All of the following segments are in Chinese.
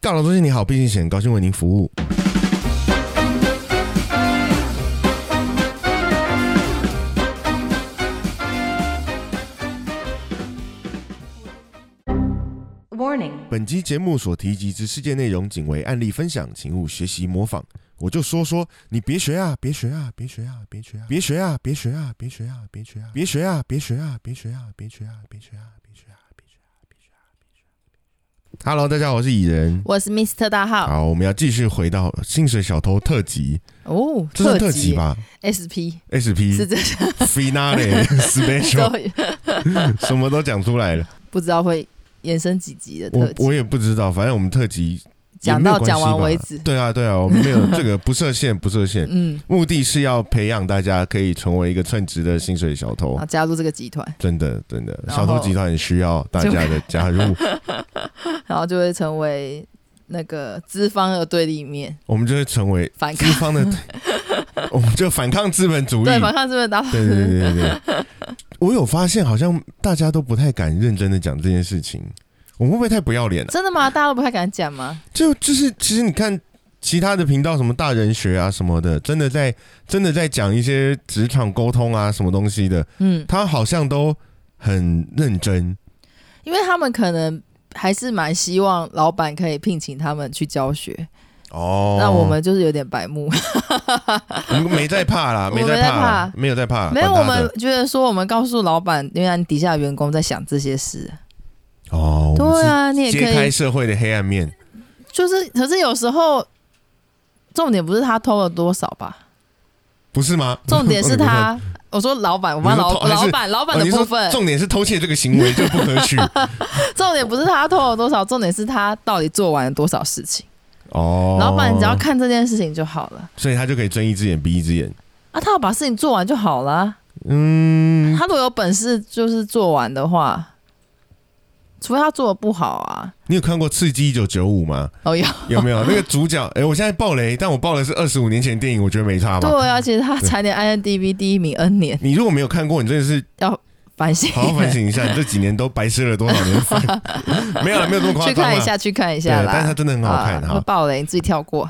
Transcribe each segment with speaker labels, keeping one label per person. Speaker 1: 告老中心你好，毕竟险高兴为您服务。
Speaker 2: Warning.
Speaker 1: 本期节目所提及之事件内容仅为案例分享，请勿学习模仿。我就说说，你别学啊，别学啊，别学啊，别学啊，别学啊，别学啊，别学啊，别学啊，别学啊，别学啊，别学啊，别学啊，别学啊，别学啊，别学啊，别学啊，别学啊。Hello，大家好，我是蚁人。
Speaker 3: 我是 Mr 大号
Speaker 1: 好，我们要继续回到薪水小偷特辑，
Speaker 3: 哦，
Speaker 1: 这是特辑嗯吧
Speaker 3: SP
Speaker 1: ？SP
Speaker 3: 是这
Speaker 1: Finale Special，
Speaker 3: 都
Speaker 1: 什么都讲出来了。
Speaker 3: 不知道会延伸几集的
Speaker 1: 我
Speaker 3: 特
Speaker 1: 我
Speaker 3: 辑，
Speaker 1: 也不知道，反正我们特辑也
Speaker 3: 讲
Speaker 1: 没有
Speaker 3: 到
Speaker 1: 关系
Speaker 3: 讲完
Speaker 1: 吧
Speaker 3: 为止。
Speaker 1: 对啊，对啊，我们没有 这个不设限，不设限。
Speaker 3: 嗯，
Speaker 1: 目的是要培养大家可以成为一个称职的薪水小偷
Speaker 3: 然后，加入这个集团，
Speaker 1: 真的真的，
Speaker 3: 然
Speaker 1: 小
Speaker 3: 后
Speaker 1: 偷集团很需要大家的加 入，
Speaker 3: 然后就会成为那个资方的对立面，
Speaker 1: 我们就会成为
Speaker 3: 反
Speaker 1: 资
Speaker 3: 抗
Speaker 1: 方的， 我们就反抗资本主义。
Speaker 3: 对反抗资本打法。
Speaker 1: 对对对对对，我有发现好像大家都不太敢认真的讲这件事情，我们会不会太不要脸啊了、
Speaker 3: 真的吗？大家都不太敢讲吗？
Speaker 1: 就就是其实你看。其他的频道什么大人学啊什么的，真的在真的在讲一些职场沟通啊什么东西的，
Speaker 3: 嗯，
Speaker 1: 他好像都很认真，
Speaker 3: 因为他们可能还是蛮希望老板可以聘请他们去教学，
Speaker 1: 哦，
Speaker 3: 那我们就是有点白目。
Speaker 1: 我们没在怕啦，
Speaker 3: 我们
Speaker 1: 在
Speaker 3: 在
Speaker 1: 啦
Speaker 3: 怕
Speaker 1: 没有在怕，
Speaker 3: 没有，我
Speaker 1: 管他的
Speaker 3: 们觉得说我们告诉老板，原来你底下的员工在想这些事。
Speaker 1: 哦，我们
Speaker 3: 对啊，你
Speaker 1: 是
Speaker 3: 也可
Speaker 1: 揭
Speaker 3: 以
Speaker 1: 开社会的黑暗面，
Speaker 3: 就是，可是有时候重点不是他偷了多少吧，
Speaker 1: 不是吗？
Speaker 3: 重点 是他，我说老板，我帮老
Speaker 1: 你说偷还
Speaker 3: 老
Speaker 1: 是
Speaker 3: 板老板
Speaker 1: 哦
Speaker 3: 的
Speaker 1: 你
Speaker 3: 部
Speaker 1: 说
Speaker 3: 分，
Speaker 1: 重点是偷窃这个行为就不可取
Speaker 3: 重点不是他偷了多少，重点是他到底做完了多少事情。
Speaker 1: 哦，
Speaker 3: 老板只要，看这件事情就好了
Speaker 1: 所以他就可以睁一只眼闭一只眼，
Speaker 3: 啊，他要把事情做完就好了。啊
Speaker 1: 嗯，
Speaker 3: 他如果有本事就是做完的话，除非他做的不好啊。
Speaker 1: 你有看过《刺激一九九五》吗？
Speaker 3: 哦哟，
Speaker 1: 有没有那个主角？哎，我现在爆雷，但我爆的是二十五年前的电影，我觉得没差吧。
Speaker 3: 对啊，其实他蝉联 INDB 第一名 N 年，
Speaker 1: 你如果没有看过，你真的是
Speaker 3: 反省，
Speaker 1: 好好反省一下，你这几年都白吃了多少年 饭？没有了，没有这么夸张啊。
Speaker 3: 去看一下，去看一下
Speaker 1: 对
Speaker 3: 啦。
Speaker 1: 但是它真的很好看
Speaker 3: 啊
Speaker 1: 哈
Speaker 3: 会爆雷，你自己跳过。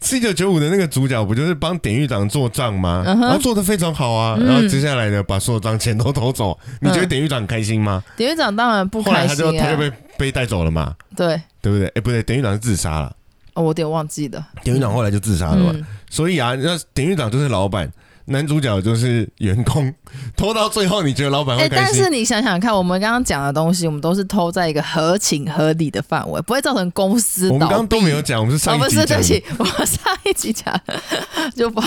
Speaker 1: 七九九五的那个主角不就是帮典狱长做账吗？
Speaker 3: 嗯哼
Speaker 1: 然后做的非常好啊，
Speaker 3: 嗯
Speaker 1: 然后接下来呢，把所有账钱都偷走，你觉得
Speaker 3: 嗯
Speaker 1: 典狱长开心吗？
Speaker 3: 典狱长当然不
Speaker 1: 后来
Speaker 3: 开
Speaker 1: 他就
Speaker 3: 心
Speaker 1: 他
Speaker 3: 啊
Speaker 1: 就。被被带走了嘛，
Speaker 3: 对、
Speaker 1: 对不对？哎，不对，典狱长是自杀了，
Speaker 3: 哦，我有点忘记了。
Speaker 1: 典狱长后来就自杀了嘛。
Speaker 3: 嗯，
Speaker 1: 所以啊，那典狱长就是老板，男主角就是员工， 偷到最后，你觉得老板
Speaker 3: 哎、
Speaker 1: 会开
Speaker 3: 但
Speaker 1: 心
Speaker 3: 是？你想想看，我们刚刚讲的东西，我们都是偷在一个合情合理的范围，不会造成公司
Speaker 1: 我们
Speaker 3: 倒
Speaker 1: 刚刚
Speaker 3: 闭。
Speaker 1: 都没有讲，我们是上
Speaker 3: 哦，
Speaker 1: 一
Speaker 3: 不
Speaker 1: 集
Speaker 3: 是，对
Speaker 1: 讲的。
Speaker 3: 不起，我上一集讲 的就不，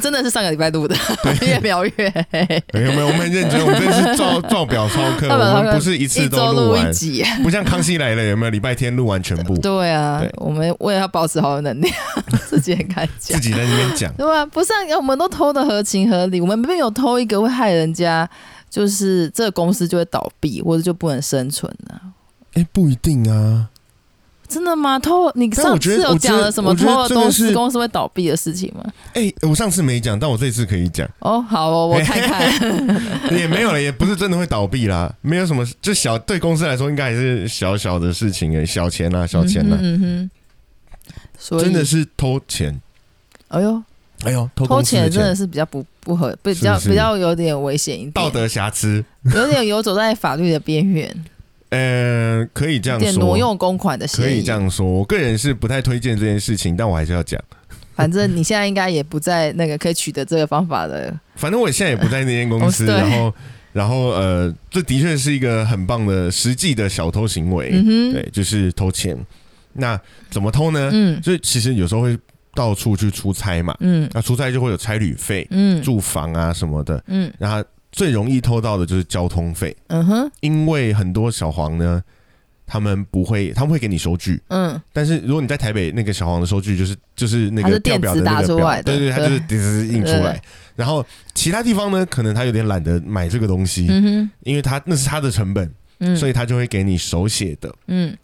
Speaker 3: 真的是上个礼拜录的， 越描越黑，
Speaker 1: 没哎有没有，我们很认真，我们这是 照照表操课，
Speaker 3: 照表操
Speaker 1: 我
Speaker 3: 课
Speaker 1: 们不是一次
Speaker 3: 一
Speaker 1: 都
Speaker 3: 周
Speaker 1: 录
Speaker 3: 录
Speaker 1: 完
Speaker 3: 一，集。啊
Speaker 1: 不像康熙来了，有没有？礼拜天录完全部，
Speaker 3: 对啊
Speaker 1: 对，
Speaker 3: 我们为了要保持好的能量， 自己很敢
Speaker 1: 自。
Speaker 3: 讲
Speaker 1: 己在那边讲。
Speaker 3: 对啊，不是、啊，我们都偷的合情合理，我们没有偷一个会害人家，就是这个公司就会倒闭或者就不能生存了。
Speaker 1: 哎、不一定啊。
Speaker 3: 真的吗？偷你
Speaker 1: 但我
Speaker 3: 上
Speaker 1: 觉
Speaker 3: 次
Speaker 1: 得
Speaker 3: 有讲了什么
Speaker 1: 我觉得
Speaker 3: 偷
Speaker 1: 我
Speaker 3: 了
Speaker 1: 觉得
Speaker 3: 公
Speaker 1: 真的
Speaker 3: 司
Speaker 1: 是
Speaker 3: 公司会倒闭的事情吗？
Speaker 1: 哎、我上次没讲，但我这次可以讲，
Speaker 3: 哦，好哦，我 看看。
Speaker 1: 也没有了，也不是真的会倒闭啦，没有什么，就小对公司来说应该还是小小的事情哎、小钱啦，小钱啦，
Speaker 3: 嗯哼嗯哼所以
Speaker 1: 真的，是偷钱，
Speaker 3: 哎呦，
Speaker 1: 哎呦，偷
Speaker 3: 偷
Speaker 1: 公司
Speaker 3: 钱
Speaker 1: 的
Speaker 3: 真的是比较不不合，比较
Speaker 1: 是是
Speaker 3: 比较有点危险一点，
Speaker 1: 道德瑕疵，
Speaker 3: 有点游走在法律的边缘，
Speaker 1: 呃，可以这
Speaker 3: 有
Speaker 1: 样
Speaker 3: 点挪
Speaker 1: 说。
Speaker 3: 用公款的嫌疑。
Speaker 1: 可以这样说，我个人是不太推荐这件事情，但我还是要讲。
Speaker 3: 反正你现在应该也不在那个可以取得这个方法的
Speaker 1: 反正我现在也不在那间公司，
Speaker 3: 哦对
Speaker 1: 然后，然后呃，这的确是一个很棒的实际的小偷行为。
Speaker 3: 嗯哼，
Speaker 1: 对，就是偷钱。那怎么偷呢？
Speaker 3: 嗯
Speaker 1: 所以其实有时候会到处去出差嘛，
Speaker 3: 嗯
Speaker 1: 那出差就会有差旅费、
Speaker 3: 嗯
Speaker 1: 住房啊什么的。
Speaker 3: 嗯
Speaker 1: 然后最容易偷到的就是交通费，
Speaker 3: 嗯哼
Speaker 1: 因为很多小黄呢，他们不会，他们会给你收据，
Speaker 3: 嗯，
Speaker 1: 但是如果你在台北那个小黄的收据，就是就是那
Speaker 3: 它
Speaker 1: 个
Speaker 3: 是
Speaker 1: 调表的
Speaker 3: 电子
Speaker 1: 那
Speaker 3: 打
Speaker 1: 个
Speaker 3: 出
Speaker 1: 表，
Speaker 3: 来的
Speaker 1: 对对，它
Speaker 3: 对
Speaker 1: 就是电子印出来
Speaker 3: 对。
Speaker 1: 然后其他地方呢，可能他有点懒得买这个东西，
Speaker 3: 嗯哼
Speaker 1: 因为他那是他的成本，
Speaker 3: 嗯，
Speaker 1: 所
Speaker 3: 以
Speaker 1: 以他就会给你手写的。
Speaker 3: 嗯，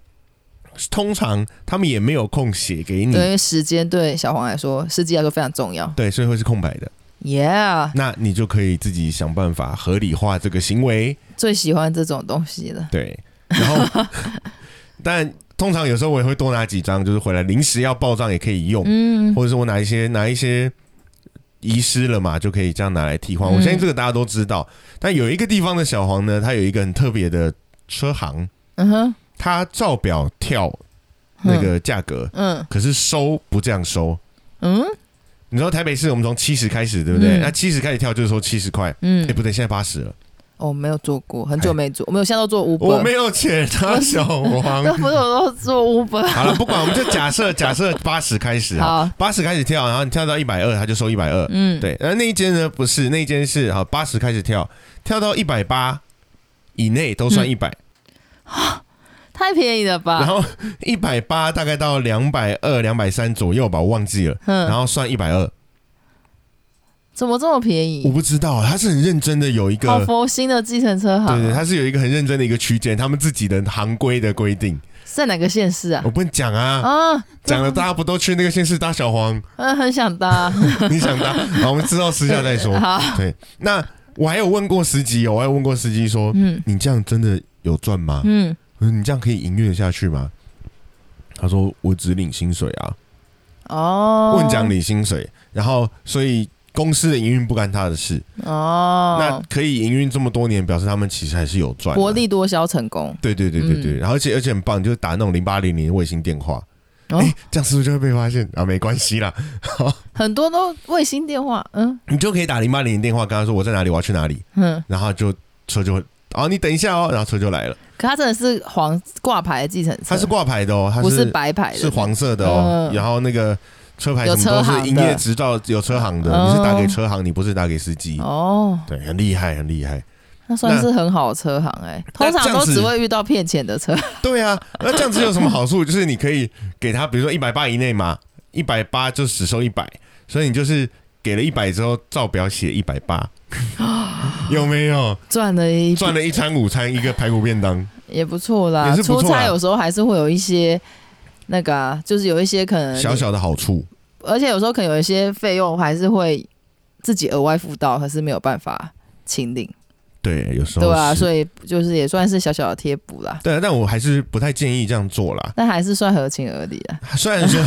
Speaker 1: 通常他们也没有空写给你，
Speaker 3: 对，因为时间对小黄来说，司机来说非常重要
Speaker 1: 对，所以会是空白的。
Speaker 3: ，Yeah，
Speaker 1: 那你就可以自己想办法合理化这个行为，
Speaker 3: 最喜欢这种东西了，
Speaker 1: 对。然后，但通常有时候我也会多拿几张，就是回来临时要报账也可以用，
Speaker 3: 嗯，
Speaker 1: 或者是我拿一些拿一些遗失了嘛，就可以这样拿来替换。我相
Speaker 3: 嗯
Speaker 1: 信这个大家都知道，但有一个地方的小黄呢，它有一个很特别的车行，
Speaker 3: 嗯哼，
Speaker 1: 它照表跳那个价格，
Speaker 3: 嗯，
Speaker 1: 可是收不这样收。
Speaker 3: 嗯
Speaker 1: 你知道台北市我们从七十开始，对不对？
Speaker 3: 嗯
Speaker 1: 那七十开始跳就是收七十块，
Speaker 3: 嗯
Speaker 1: 哎、不对，现在八十了，
Speaker 3: 我哦没有做过，很久没做，我没有现在都做 Uber，
Speaker 1: 哎我没有钱 啊，小黄。
Speaker 3: 那不是我都做 Uber，
Speaker 1: 好了，不管，我们就假设假设八十开始啊，
Speaker 3: 好，
Speaker 1: 八十开始跳，然后你跳到一百二，他就收一百二。
Speaker 3: 嗯，
Speaker 1: 对，然后那一间呢不是，那一间是好八十开始跳，跳到一百八以内都
Speaker 3: 嗯
Speaker 1: 算一百、
Speaker 3: 太便宜了
Speaker 1: 然
Speaker 3: 吧？
Speaker 1: 后一百八大概到两百二、两百三左右吧，我忘记了。然
Speaker 3: 嗯，
Speaker 1: 后算一百二，
Speaker 3: 怎么这么便
Speaker 1: 我
Speaker 3: 宜？
Speaker 1: 不知道，他是很认真的有一
Speaker 3: 好啊
Speaker 1: 个，
Speaker 3: 佛心的计程车
Speaker 1: 对对，
Speaker 3: 行，
Speaker 1: 他是有一个很认真的一个区间，他们自己的行规的规定，
Speaker 3: 是在哪个县市啊
Speaker 1: 我？不能讲啊，
Speaker 3: 啊，
Speaker 1: 讲了大家不都去那个县市搭小黄，
Speaker 3: 嗯，很想搭，
Speaker 1: 你想搭，好，我们知道私下再说。
Speaker 3: 好，
Speaker 1: 那我还有问过司机哦，我还有问过司机说，
Speaker 3: 嗯
Speaker 1: 你这样真的有赚吗？
Speaker 3: 嗯，
Speaker 1: 我说你这样可以营运得下去吗？他说我只领薪水啊，
Speaker 3: 哦，
Speaker 1: 问讲领薪水，然后所以公司的营运不干他的事。那
Speaker 3: 哦，
Speaker 1: 可以营运这么多年，表示他们其实还是有赚的
Speaker 3: 薄。利多销成功，
Speaker 1: 对对对对对，
Speaker 3: 嗯
Speaker 1: 然后而且而且很棒，就是打那种零八零零卫星电话，哎、
Speaker 3: 哦，
Speaker 1: 这样是不是就会被发现啊？没关系啦，
Speaker 3: 很多都卫星电话，嗯
Speaker 1: 你就可以打零八零零电话，跟他说我在哪里，我要去哪里，
Speaker 3: 嗯，
Speaker 1: 然后就车就会，哦，你等一下哦，然后车就来了。
Speaker 3: 可他真的是黄挂牌的计程车，
Speaker 1: 它是挂牌的哦，它
Speaker 3: 不是白牌的，
Speaker 1: 是黄色的哦，
Speaker 3: 嗯
Speaker 1: 然后那个车牌
Speaker 3: 有
Speaker 1: 什么都
Speaker 3: 车行
Speaker 1: 是
Speaker 3: 的
Speaker 1: 营业执照有车行的，
Speaker 3: 哦
Speaker 1: 你是打给车行，你不是打给司机，
Speaker 3: 哦，
Speaker 1: 对，很厉害，很厉害。
Speaker 3: 那算是很好的车行哎、
Speaker 1: 那
Speaker 3: 通常
Speaker 1: 这样
Speaker 3: 都
Speaker 1: 子
Speaker 3: 只会遇到骗钱的车，
Speaker 1: 对啊，那这样子有什么好处？就是你可以给他，比如说一百八以内嘛，一百八就只收一百，所以你就是给了一百之后，照表写一百 八，有没有
Speaker 3: 赚了一笔
Speaker 1: 赚了一餐午餐一个排骨便当？
Speaker 3: 也不错啦。
Speaker 1: 也是不错啦
Speaker 3: 出差有时候还是会有一些那个、啊，就是有一些可能
Speaker 1: 小，小的好处，
Speaker 3: 而且有时候可能有一些费用还是会自己额外付到，可是没有办法清零，
Speaker 1: 对，有时候
Speaker 3: 对啊，
Speaker 1: 哦是
Speaker 3: 所以就是也算是小小的贴补啦，
Speaker 1: 对啊，但我还是不太建议这样做啦。
Speaker 3: 但还是算合情合理啊。
Speaker 1: 虽然 说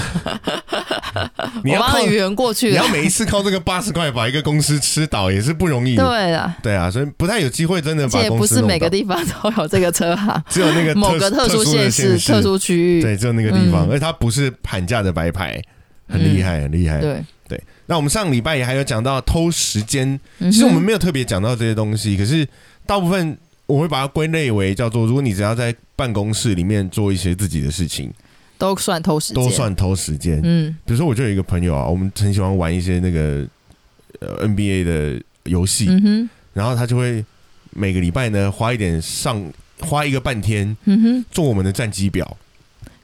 Speaker 1: 你
Speaker 3: 我
Speaker 1: 要
Speaker 3: 帮
Speaker 1: 靠
Speaker 3: 你圆过去
Speaker 1: 你
Speaker 3: 了
Speaker 1: 要，每一次靠这个八十块把一个公司吃倒也是不容易。
Speaker 3: 对啦。
Speaker 1: 对啊，所以不太有机会真的
Speaker 3: 而且
Speaker 1: 把
Speaker 3: 也
Speaker 1: 公
Speaker 3: 不
Speaker 1: 司
Speaker 3: 是
Speaker 1: 弄
Speaker 3: 每个
Speaker 1: 倒
Speaker 3: 地方都有这个车行，
Speaker 1: 只有那个
Speaker 3: 某个
Speaker 1: 特
Speaker 3: 特殊
Speaker 1: 的
Speaker 3: 县
Speaker 1: 市、
Speaker 3: 市、特殊区域，
Speaker 1: 对，只有那个地方，
Speaker 3: 嗯
Speaker 1: 而且它不是喊价的白牌，很厉害，很厉害。
Speaker 3: 对，
Speaker 1: 那我们上礼拜也还有讲到偷时间，
Speaker 3: 其
Speaker 1: 其实我们没有特别讲到这些东西，可是大部分我会把它归类为叫做，如果你只要在办公室里面做一些自己的事情，
Speaker 3: 都算偷时间，
Speaker 1: 都算偷时间。
Speaker 3: 嗯
Speaker 1: 比如说，我就有一个朋友啊，我们很喜欢玩一些那个呃 NBA 的游戏，
Speaker 3: 嗯哼
Speaker 1: 然后他就会每个礼拜呢花一点上花一个半天
Speaker 3: 嗯哼。
Speaker 1: 做我们的战绩表。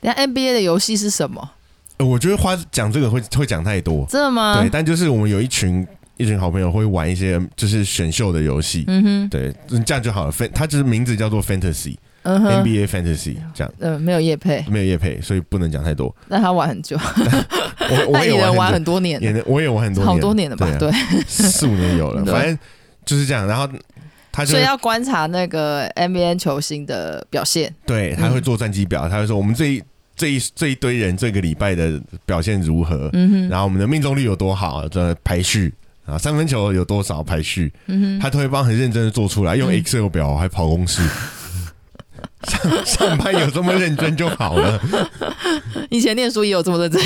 Speaker 3: 等一下 NBA 的游戏是什么？
Speaker 1: 呃我觉得花讲这个会会讲太多，
Speaker 3: 真的吗？
Speaker 1: 对，但就是我们有一群一群好朋友会玩一些嗯就是选秀的游戏，
Speaker 3: 嗯哼，
Speaker 1: 对，嗯这样就好了。fan 它就是名字叫做 Fantasy、
Speaker 3: 嗯哼，
Speaker 1: NBA Fantasy 这样。
Speaker 3: 嗯，没有叶配，
Speaker 1: 没有夜配，所以不能讲太多。
Speaker 3: 但他玩很久，
Speaker 1: 我我
Speaker 3: 他
Speaker 1: 也
Speaker 3: 蚁
Speaker 1: 有
Speaker 3: 人
Speaker 1: 玩
Speaker 3: 玩
Speaker 1: 很
Speaker 3: 很多年
Speaker 1: 多，也，能我也玩很多年，
Speaker 3: 好多年了吧？
Speaker 1: 对
Speaker 3: 对
Speaker 1: 啊，四五年有了，
Speaker 3: 对
Speaker 1: 反正就是这样。然后他就
Speaker 3: 所
Speaker 1: 会
Speaker 3: 以要观察那个 NBA 球星的表现。
Speaker 1: 对，他会做战绩表，他会说我们这一这一这一堆人这个礼拜的表现如何，
Speaker 3: 嗯哼，
Speaker 1: 然后我们的命中率有多好的排序。啊，三分球有多少排序，
Speaker 3: 嗯哼，
Speaker 1: 他都会帮很认真的做出来，用
Speaker 3: 嗯
Speaker 1: Excel 表还跑公 式。上上班有这么认真就好了。
Speaker 3: 以前念书也有这么认真，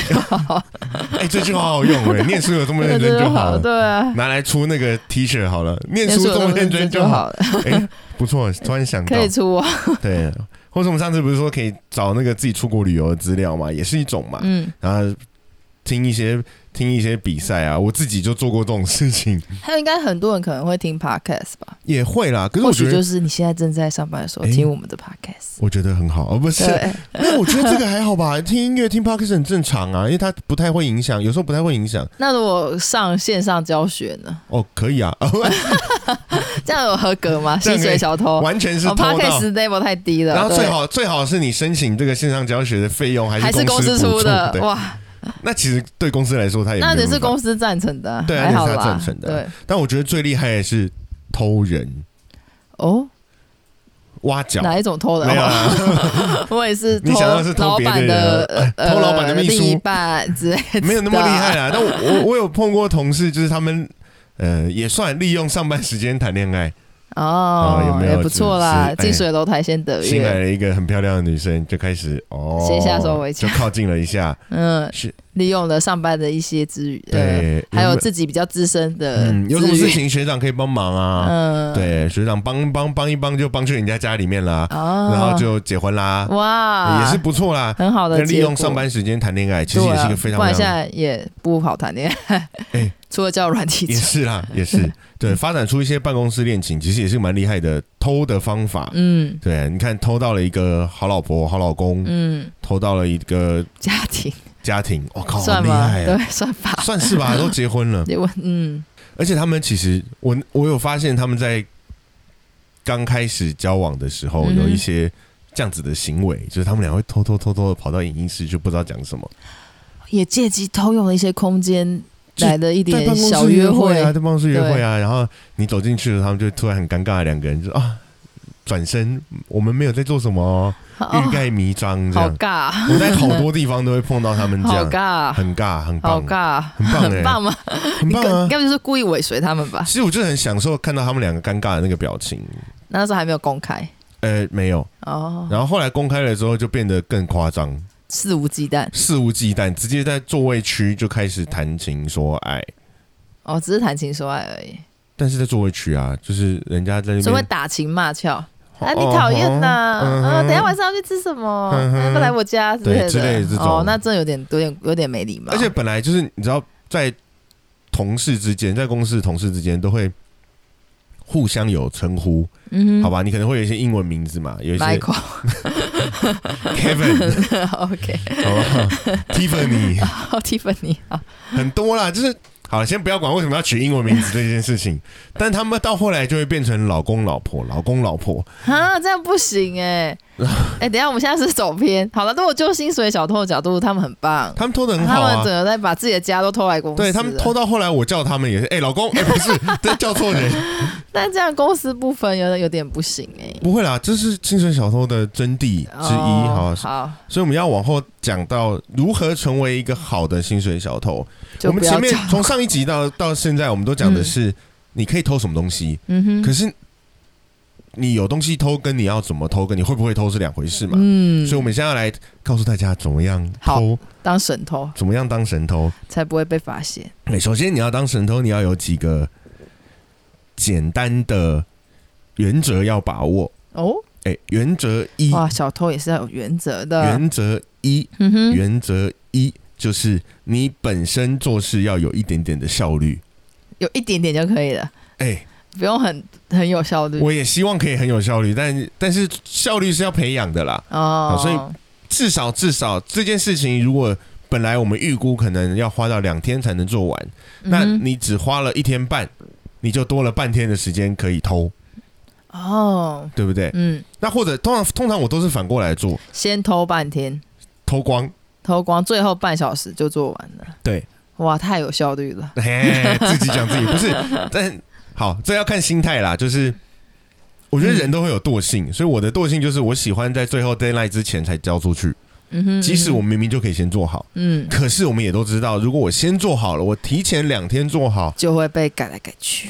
Speaker 1: 哎、这句话好好用 哎、念书有 这么认真就好了。
Speaker 3: 对啊，
Speaker 1: 拿来出那个 T 恤好了，念书
Speaker 3: 有
Speaker 1: 这么认
Speaker 3: 认
Speaker 1: 真就
Speaker 3: 就
Speaker 1: 好。
Speaker 3: 了，
Speaker 1: 哎、不错，突然想到
Speaker 3: 可以出啊，
Speaker 1: 对，或者我们上次不是说可以找那个自己出国旅游的资料嘛，也是一种嘛。
Speaker 3: 嗯，
Speaker 1: 然后听一些听一些比赛啊，我自己就做过这种事 情，
Speaker 3: 还有应该很多人可能会听 podcast 吧，
Speaker 1: 也会啦。可是
Speaker 3: 或
Speaker 1: 我觉
Speaker 3: 许
Speaker 1: 得，
Speaker 3: 就是你现在正在上班的时候
Speaker 1: 哎
Speaker 3: 听我们的 podcast，
Speaker 1: 我觉得很好，而、哦不是，
Speaker 3: 对，
Speaker 1: 因为我觉得这个还好吧。听音乐听 podcast 很正常啊，因为它不太会影响，有时候不太会影响。
Speaker 3: 那如果上线上教学呢？
Speaker 1: 哦，可以啊，
Speaker 3: 这样有合格吗？
Speaker 1: 这
Speaker 3: 薪
Speaker 1: 样可以
Speaker 3: 水小偷，
Speaker 1: 完全是
Speaker 3: 我
Speaker 1: 偷
Speaker 3: p o d c a
Speaker 1: 到
Speaker 3: s。t level 太低了，
Speaker 1: 然后最
Speaker 3: 哦对
Speaker 1: 好最好是你申请这个线上教学的费用还
Speaker 3: 还
Speaker 1: 是
Speaker 3: 是
Speaker 1: 公
Speaker 3: 公司
Speaker 1: 补
Speaker 3: 出的
Speaker 1: 对，
Speaker 3: 哇，
Speaker 1: 那其实对公司来说，它也没
Speaker 3: 那
Speaker 1: 有
Speaker 3: 只是
Speaker 1: 办法
Speaker 3: 公司赞成的啊，
Speaker 1: 对啊
Speaker 3: 还好
Speaker 1: 那是他
Speaker 3: 啦
Speaker 1: 赞成，的
Speaker 3: 对
Speaker 1: 但我觉得最厉害的是偷人。
Speaker 3: 哦，
Speaker 1: 挖角，
Speaker 3: 哪一种偷的？
Speaker 1: 没有啊，
Speaker 3: 我也是
Speaker 1: 你
Speaker 3: 偷
Speaker 1: 想到的是偷
Speaker 3: 老
Speaker 1: 别的
Speaker 3: 板
Speaker 1: 人
Speaker 3: 的
Speaker 1: 哎
Speaker 3: 呃
Speaker 1: 偷老板的秘书
Speaker 3: 另一半之类的，
Speaker 1: 没有那么厉害啦。但我我我有碰过同事，就是他们呃也算利用上班时间谈恋爱，
Speaker 3: 哦
Speaker 1: 哦，有没有
Speaker 3: 也不错啦
Speaker 1: 是，哎是
Speaker 3: 近水楼台先得
Speaker 1: 新来
Speaker 3: 月，
Speaker 1: 了一个很漂亮的女生，就开始哦，
Speaker 3: 先呃下手为
Speaker 1: 就
Speaker 3: 强
Speaker 1: 靠近了一 下，
Speaker 3: 嗯，
Speaker 1: 是
Speaker 3: 利用了上班的一些资源，呃，
Speaker 1: 对，
Speaker 3: 还有
Speaker 1: 没
Speaker 3: 自己比较资深的
Speaker 1: 嗯，有什么
Speaker 3: 资
Speaker 1: 事
Speaker 3: 源，
Speaker 1: 情学长可以帮忙啊？
Speaker 3: 嗯，，
Speaker 1: 对，学长帮帮帮一帮就帮去人家家里面啦，
Speaker 3: 哦，
Speaker 1: 然后就结婚啦，
Speaker 3: 哇，
Speaker 1: 也是不错啦。
Speaker 3: 很好的
Speaker 1: 那利用
Speaker 3: 结果
Speaker 1: 上班时间谈恋爱，其
Speaker 3: 对
Speaker 1: 实
Speaker 3: 啊，
Speaker 1: 也是一个非常
Speaker 3: 不然
Speaker 1: 非
Speaker 3: 现
Speaker 1: 常
Speaker 3: 在也不好谈恋爱，
Speaker 1: 哎
Speaker 3: 除了叫软体
Speaker 1: 也
Speaker 3: 之外，
Speaker 1: 是啦，也是 对，发展出一些办公室恋情，其实也是蛮厉害的偷的方法。
Speaker 3: 嗯
Speaker 1: 对，你看偷到了一个好老婆、好老公，
Speaker 3: 嗯，
Speaker 1: 偷到了一个
Speaker 3: 家庭
Speaker 1: 家庭，我、靠，好
Speaker 3: 算
Speaker 1: 厉
Speaker 3: 吗？
Speaker 1: 害、
Speaker 3: 对
Speaker 1: 啊，，
Speaker 3: 算吧，
Speaker 1: 算是吧，都结婚 了。
Speaker 3: 结婚，嗯
Speaker 1: 而且他们其实，我我有发现他们在刚开始交往的时候，
Speaker 3: 嗯哼
Speaker 1: 有一些这样子的行为，就是他们俩会偷偷偷偷的跑到影音室，就不知道讲什么，
Speaker 3: 也借机偷用了一些空间
Speaker 1: 就
Speaker 3: 来的一
Speaker 1: 在
Speaker 3: 点
Speaker 1: 办公
Speaker 3: 小
Speaker 1: 室约
Speaker 3: 会
Speaker 1: 啊，在办公室约
Speaker 3: 对
Speaker 1: 会啊，然后你走进去了，他们就突然很尴尬，两个人就啊。转身，我们没有在做什么哦、欲
Speaker 3: 哦，
Speaker 1: 盖弥彰这
Speaker 3: 好
Speaker 1: 样。
Speaker 3: 尬，啊
Speaker 1: 我在好多地方都会碰到他们这
Speaker 3: 好
Speaker 1: 样，
Speaker 3: 尬，
Speaker 1: 很尬，很
Speaker 3: 啊好
Speaker 1: 棒，
Speaker 3: 尬，
Speaker 1: 很棒欸
Speaker 3: 很棒吗？
Speaker 1: 很棒啊
Speaker 3: 你！要不就是故意尾随他们吧？
Speaker 1: 其实我就很享受看到他们两个尴尬的那个表情。
Speaker 3: 那时候还没有公开
Speaker 1: 呃，没有，
Speaker 3: 哦，
Speaker 1: 然后后来公开了之后，就变得更夸张，
Speaker 3: 肆无忌惮
Speaker 1: 肆无忌惮，直接在座位区就开始谈情说爱。
Speaker 3: 哦，只是谈情说爱而已，
Speaker 1: 但是在座位区啊，就是人家在那
Speaker 3: 所以会
Speaker 1: 边，
Speaker 3: 打情骂俏。
Speaker 1: 哦
Speaker 3: 啊，你讨厌呐！
Speaker 1: 嗯
Speaker 3: 啊，等一下晚上要去吃什么？
Speaker 1: 嗯哼
Speaker 3: 要不要来我家之类
Speaker 1: 对之类的这
Speaker 3: 的？
Speaker 1: 种
Speaker 3: 哦，那真的有点有点有点没礼貌。
Speaker 1: 而且本来就是你知道，在同事之间，在公司同事之间都会互相有称呼，
Speaker 3: 嗯哼，
Speaker 1: 好吧？你可能会有一些英文名字嘛，有一些
Speaker 3: ，Michael
Speaker 1: Kevin，
Speaker 3: OK，
Speaker 1: 好 不好？Tiffany
Speaker 3: 好，Tiffany 好，
Speaker 1: 很多啦，就是好，先不要管为什么要取英文名字这件事 情，但他们到后来就会变成老公老婆，老公老婆，
Speaker 3: 啊，这样不 行哎。哎，等一下我们现在是走偏。好了，如果就薪水小偷的角度，他们很棒，
Speaker 1: 他们偷的很
Speaker 3: 他
Speaker 1: 好
Speaker 3: 们
Speaker 1: 啊
Speaker 3: 整。个在把自己的啊家都偷来公司。
Speaker 1: 对他们偷，到后来，我叫他们也是，哎、老公，哎、不是，对，叫错 人，
Speaker 3: 但这样公司不分有有点不行哎。
Speaker 1: 不会啦，这是精神小偷的真谛之一，
Speaker 3: 哦
Speaker 1: 哈。
Speaker 3: 好，
Speaker 1: 所以我们要往后讲到如何成为一个好的薪水小偷。
Speaker 3: 就
Speaker 1: 我们
Speaker 3: 不要
Speaker 1: 前面
Speaker 3: 讲
Speaker 1: 从上一集到到现在，我们都讲的是你可以偷什么东西，
Speaker 3: 嗯哼，
Speaker 1: 可是你有东西偷，跟你要怎么偷，跟你会不会偷是两回事嘛。
Speaker 3: 嗯，
Speaker 1: 所以我们现在要来告诉大家怎么样
Speaker 3: 好
Speaker 1: 偷，
Speaker 3: 当神偷
Speaker 1: 怎么样当神偷。
Speaker 3: 才不会被发现。
Speaker 1: 对，首先你要当神偷，你要有几个简单的原则要把握。
Speaker 3: 哦，
Speaker 1: 哎，原则一，
Speaker 3: 哇，小偷也是要有原则的。
Speaker 1: 原则一，
Speaker 3: 嗯哼，
Speaker 1: 原则一就是你本身做事要有一点点的效率。
Speaker 3: 有一点点就可以了，
Speaker 1: 哎，
Speaker 3: 不用很很有效率
Speaker 1: 我也希望可以很有效率，但但是效率是要培养的啦。
Speaker 3: 哦
Speaker 1: 好。所以至少至少这件事情，如果本来我们预估可能要花到两天才能做完，那
Speaker 3: 嗯哼
Speaker 1: 你只花了一天半，你就多了半天的时间可以偷，
Speaker 3: 哦，
Speaker 1: 对不对？
Speaker 3: 嗯，
Speaker 1: 那或者通常通常我都是反过来做，
Speaker 3: 先偷半天，
Speaker 1: 偷光，
Speaker 3: 偷光，最后半小时就做完了。
Speaker 1: 对，
Speaker 3: 哇，太有效率了。
Speaker 1: 嘿，自己讲自己不 是，但好，这要看心态啦，就是。我觉得人都会有惰
Speaker 3: 嗯
Speaker 1: 性，所以我的惰性就是我喜欢在最后 deadline 之前才交出去，
Speaker 3: 嗯哼，
Speaker 1: 即使我明明就可以先做好，
Speaker 3: 嗯
Speaker 1: 可是我们也都知道，如果我先做好了，我提前两天做好，
Speaker 3: 就会被改来改去，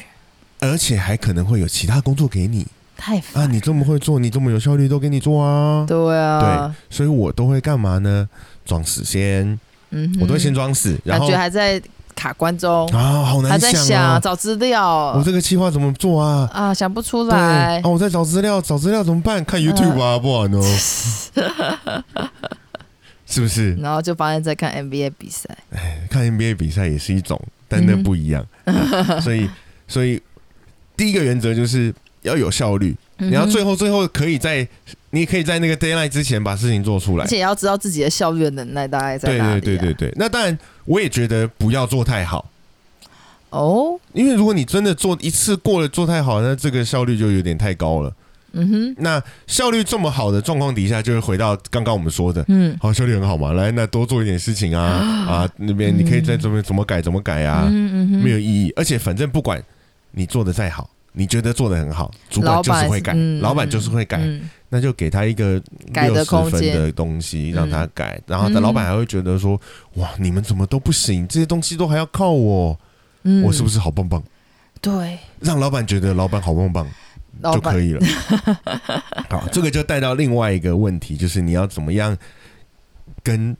Speaker 1: 而且还可能会有其他工作给你
Speaker 3: 太
Speaker 1: 啊！
Speaker 3: 烦。
Speaker 1: 你这么会做，你这么有效率，都给你做啊。
Speaker 3: 对啊，
Speaker 1: 所以我都会干嘛呢？装死先，
Speaker 3: 嗯哼，
Speaker 1: 我都会先装死，然
Speaker 3: 感
Speaker 1: 后
Speaker 3: 觉还在卡关中，
Speaker 1: 啊，好
Speaker 3: 还
Speaker 1: 难
Speaker 3: 在哦
Speaker 1: 啊！
Speaker 3: 找资料
Speaker 1: 我这个计划怎么做啊？
Speaker 3: 啊，想不出
Speaker 1: 对
Speaker 3: 来
Speaker 1: 啊，。我在找资料，找资料怎么办？
Speaker 3: 嗯
Speaker 1: 看 YouTube 啊，不然呢？哦 是不是？
Speaker 3: 然后就发现在看 NBA 比赛，
Speaker 1: 看 NBA 比赛也是一种，但那
Speaker 3: 嗯哼
Speaker 1: 不 一样。所以，所以第一个原则就是要有效率，
Speaker 3: 你
Speaker 1: 你要最后最后可以在，你也可以在那个 deadline 之前把事情做出来
Speaker 3: 而。且也要知道自己的效率的能耐大概在
Speaker 1: 对
Speaker 3: 哪里、啊。
Speaker 1: 对对对对，那当然我也觉得不要做太好，
Speaker 3: 哦，
Speaker 1: 因为如果你真的做一次过了做太好，那这个效率就有点太高了。
Speaker 3: 嗯哼，
Speaker 1: 那效率这么好的状况底下，就会回到刚刚我们说的，
Speaker 3: 嗯
Speaker 1: 好效率很好嘛，来那多做一点事情啊啊，那边你可以在这边怎么改怎么改啊，
Speaker 3: 嗯嗯嗯哼，
Speaker 1: 没有意义。而且反正不管你做的再好，你觉得做的很好，主管
Speaker 3: 老
Speaker 1: 就是
Speaker 3: 板
Speaker 1: 会改，
Speaker 3: 嗯
Speaker 1: 老板就是会改，
Speaker 3: 嗯
Speaker 1: 那就给他一个
Speaker 3: 改
Speaker 1: 六
Speaker 3: 的
Speaker 1: 十
Speaker 3: 空
Speaker 1: 分
Speaker 3: 间
Speaker 1: 的东西让他改，然后他
Speaker 3: 嗯
Speaker 1: 老板还会觉得说，哇，你们怎么都不行，这些东西都还要靠我，
Speaker 3: 嗯
Speaker 1: 我是不是好棒棒？
Speaker 3: 对
Speaker 1: 让老板觉得老板好棒棒
Speaker 3: 老
Speaker 1: 就
Speaker 3: 板
Speaker 1: 可以 了。好，这个就带到另外一个问题，就是你要怎么样跟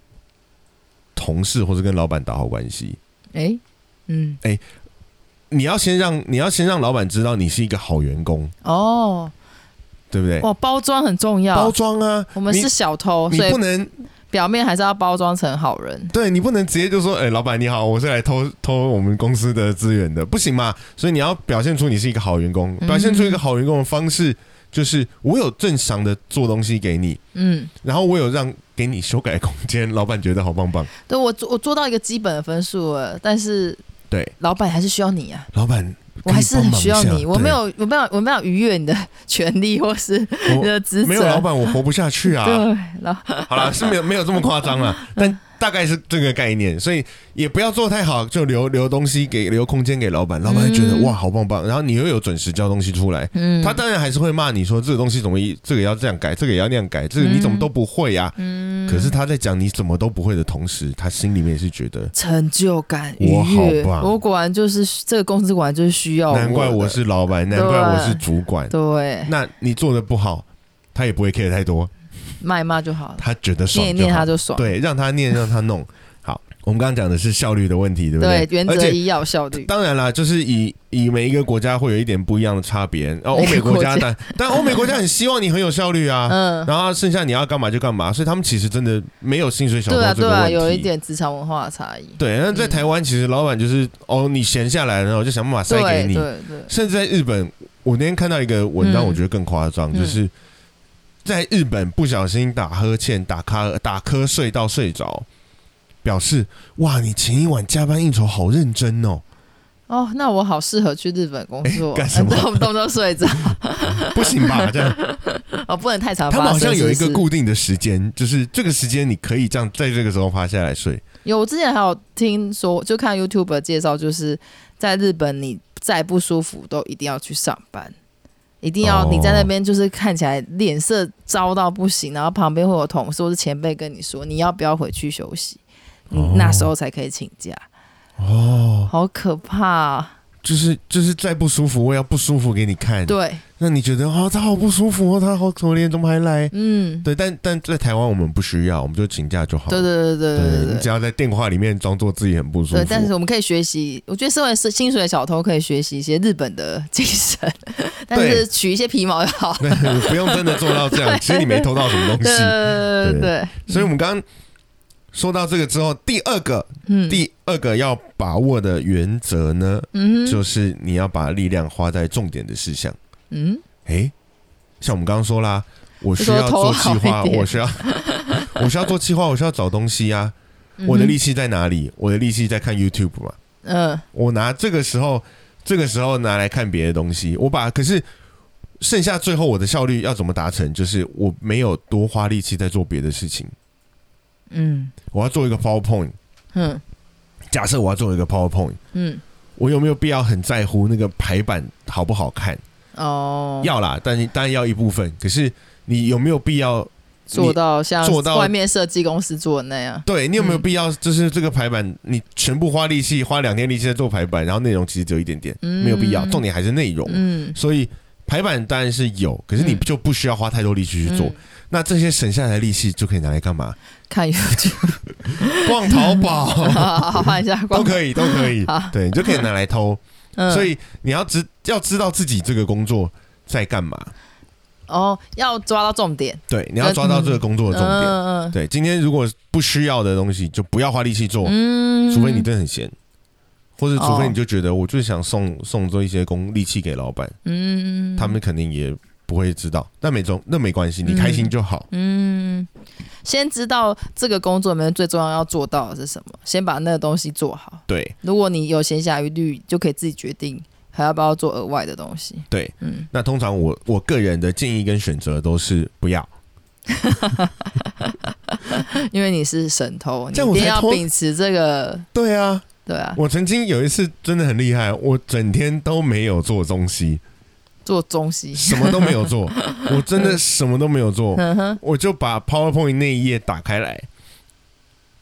Speaker 1: 同事或者跟老板打好关系？
Speaker 3: 哎嗯
Speaker 1: 你要先让你要先让老板知道你是一个好员工，
Speaker 3: 哦
Speaker 1: 对不对？
Speaker 3: 哇包装很重要，
Speaker 1: 包装啊，
Speaker 3: 我们
Speaker 1: 你
Speaker 3: 是小偷，
Speaker 1: 你
Speaker 3: 所以
Speaker 1: 不能
Speaker 3: 表面还是要包装成好人。
Speaker 1: 对你不能直接就说，哎、老板你好，我是来偷偷我们公司的资源的，不行嘛？所以你要表现出你是一个好员工，
Speaker 3: 嗯
Speaker 1: 表现出一个好员工的方式就是我有正常的做东西给你，
Speaker 3: 嗯，
Speaker 1: 然后我有让给你修改空间，老板觉得好棒 棒。
Speaker 3: 对我做我做到一个基本的分数了，但是
Speaker 1: 对，
Speaker 3: 老板还是需要你啊，
Speaker 1: 老板
Speaker 3: 我还是很需要你，我没，
Speaker 1: 可
Speaker 3: 有我没有我没有逾越你的 权利或是
Speaker 1: 以帮忙一下
Speaker 3: 你
Speaker 1: 对
Speaker 3: 的职
Speaker 1: 我
Speaker 3: 责，
Speaker 1: 没有老板我活不下 去啊。
Speaker 3: 对，然后
Speaker 1: 好啦，是没有没有这么夸张 啦，但大概是这个概念，所以也不要做太好，就留留东西给留空间给老板，老板会觉得、
Speaker 3: 嗯
Speaker 1: 哇好棒棒，然后你又有准时交东西出来，
Speaker 3: 嗯，
Speaker 1: 他当然还是会骂你说这个东西怎么一这个要这样改，这个也要那样改，这个你怎么都不会呀、
Speaker 3: 嗯
Speaker 1: 可是他在讲你怎么都不会的同时，他心里面也是觉得，
Speaker 3: 成就感愉
Speaker 1: 我好
Speaker 3: 悦，
Speaker 1: 棒
Speaker 3: 我果然就是这个公司果然就是需要
Speaker 1: 难怪我
Speaker 3: 哦我的
Speaker 1: 是老板，难怪我是主管，
Speaker 3: 对
Speaker 1: 那你做的不好，他也不会 care 太多，
Speaker 3: 骂一骂就好了，
Speaker 1: 他觉得爽
Speaker 3: 念一
Speaker 1: 就
Speaker 3: 念
Speaker 1: 好
Speaker 3: 他就爽，
Speaker 1: 对，让他念，让他弄。好，我们刚刚讲的是效率的问题，对不
Speaker 3: 对
Speaker 1: 对？
Speaker 3: 原
Speaker 1: 而
Speaker 3: 则
Speaker 1: 且
Speaker 3: 一要有效率，
Speaker 1: 当然啦，就是以以每一个国家会有一点不一样的差别。然后欧
Speaker 3: 每
Speaker 1: 美
Speaker 3: 个
Speaker 1: 国家，
Speaker 3: 国
Speaker 1: 但但欧美国家很希望你很有效率啊，
Speaker 3: 嗯，
Speaker 1: 然后剩下你要干嘛就干嘛，所以他们其实真的没有薪水小偷
Speaker 3: 对啊
Speaker 1: 这个
Speaker 3: 对
Speaker 1: 问题。
Speaker 3: 啊，有一点职场文化的差异，
Speaker 1: 对那在台湾其实老板就是、哦，你闲下来，然后我就想办法塞给
Speaker 3: 对
Speaker 1: 你。
Speaker 3: 对对，
Speaker 1: 甚至在日本，我那天看到一个文章，
Speaker 3: 嗯
Speaker 1: 我觉得更夸张，
Speaker 3: 嗯
Speaker 1: 就是在日本不小心打呵欠、打瞌打瞌睡到睡着，表示哇，你前一晚加班应酬好认真 哦，
Speaker 3: 哦，那我好适合去日本工作，
Speaker 1: 哎干什么
Speaker 3: 动不动就睡着，
Speaker 1: 不行 吧？这样，
Speaker 3: 哦，不能太常
Speaker 1: 他
Speaker 3: 发
Speaker 1: 们
Speaker 3: 生。
Speaker 1: 好像有一
Speaker 3: 是
Speaker 1: 个
Speaker 3: 不是，
Speaker 1: 固定的时间，就是这个时间你可以这样在这个时候趴下来睡。
Speaker 3: 有我之前还有听说，就看 YouTube 介绍，就是在日本你再不舒服都一定要去上班。一定要
Speaker 1: 哦
Speaker 3: 你在那边就是看起来脸色糟到不行，然后旁边会有同事或是前辈跟你说你要不要回去休息，你
Speaker 1: 哦
Speaker 3: 那时候才可以请假，
Speaker 1: 哦，
Speaker 3: 好可怕、啊！
Speaker 1: 就是就是再不舒服，我也要不舒服给你看。，
Speaker 3: 对，
Speaker 1: 那你觉得啊、他好不舒服哦，他好可怜，怎么还来？
Speaker 3: 嗯，
Speaker 1: 对，但但在台湾我们不需要，我们就请假就好。
Speaker 3: 对对对对
Speaker 1: 哦对
Speaker 3: 对对
Speaker 1: 你只要在电话里面装作自己很不舒服。
Speaker 3: 对，但是我们可以学习，我觉得身为是薪水小偷，可以学习一些日本的精神， 但是取一些皮毛就好。
Speaker 1: 对 不用真的做到这样，其实你没偷到什么东
Speaker 3: 对
Speaker 1: 西。
Speaker 3: 对对对，
Speaker 1: 所以我们刚刚说到这个之后，第二个
Speaker 3: 嗯
Speaker 1: 第二个要把握的原则呢，
Speaker 3: 嗯哼
Speaker 1: 就是你要把力量花在重点的事项。
Speaker 3: 嗯，
Speaker 1: 诶，像我们刚刚说啦，我需
Speaker 3: 就
Speaker 1: 要
Speaker 3: 说头
Speaker 1: 做
Speaker 3: 好
Speaker 1: 计
Speaker 3: 一
Speaker 1: 划，
Speaker 3: 点
Speaker 1: 我需 要我需要做计划，我需要找东西啊。
Speaker 3: 嗯哼
Speaker 1: 我的力气在哪里？我的力气在看 YouTube 嘛。
Speaker 3: 嗯
Speaker 1: 我拿这个时候，这个时候拿来看别的东西。我把可是剩下最后我的效率要怎么达成？就是我没有多花力气在做别的事情。
Speaker 3: 嗯
Speaker 1: 我要做一个 PowerPoint，
Speaker 3: 嗯
Speaker 1: 假设我要做一个 PowerPoint，
Speaker 3: 嗯
Speaker 1: 我有没有必要很在乎那个排版好不好看？
Speaker 3: 哦，
Speaker 1: 要啦，但当然要一部分。可是你有没有必要
Speaker 3: 做到像
Speaker 1: 做到
Speaker 3: 外面设计公司做的那样，
Speaker 1: 对你有没有
Speaker 3: 嗯
Speaker 1: 必要？就是这个排版，你全部花力气，花两天力气在做排版，然后内容其实只有一点点，
Speaker 3: 嗯
Speaker 1: 没有必要。重点还是内容，
Speaker 3: 嗯，
Speaker 1: 所以排版当然是有，可是你
Speaker 3: 嗯
Speaker 1: 就不需要花太多力气去做。
Speaker 3: 嗯
Speaker 1: 那这些省下来的力气就可以拿来干 嘛？
Speaker 3: 看 YouTube，
Speaker 1: 逛淘宝
Speaker 3: 好 好好换一下
Speaker 1: 都
Speaker 3: 光，
Speaker 1: 可以，都可以
Speaker 3: 好。
Speaker 1: 对，你就可以拿来偷。
Speaker 3: 嗯
Speaker 1: 所以你要知要知道自己这个工作在干嘛。
Speaker 3: 哦要抓到重点，
Speaker 1: 对，你要抓到这个工作的重点。
Speaker 3: 嗯嗯
Speaker 1: 对，今天如果不需要的东西，就不要花力气做。
Speaker 3: 嗯，
Speaker 1: 哦除非你真的很闲，或者除非
Speaker 3: 哦
Speaker 1: 你就觉得我就想送送这一些工力气给老板，
Speaker 3: 嗯
Speaker 1: 他们肯定也不会知道。那没中，那没关系，你开心就好。
Speaker 3: 嗯，先知道这个工作里面最重要要做到的是什么，先把那个东西做好。
Speaker 1: 对
Speaker 3: 如果你有闲暇余力，就可以自己决定还要不要做额外的东西。
Speaker 1: 对，
Speaker 3: 嗯，
Speaker 1: 那通常我我个人的建议跟选择都是不要，
Speaker 3: 因为你是神偷，你
Speaker 1: 这样
Speaker 3: 一
Speaker 1: 我才
Speaker 3: 定要
Speaker 1: 偷
Speaker 3: 秉持这个，
Speaker 1: 对啊，
Speaker 3: 对啊，
Speaker 1: 我曾经有一次真的很厉害，我整天都没有做东西，
Speaker 3: 做中西，
Speaker 1: 什么都没有做，我真的什么都没有做，
Speaker 3: 嗯哼，
Speaker 1: 我就把 PowerPoint 那一页打开来，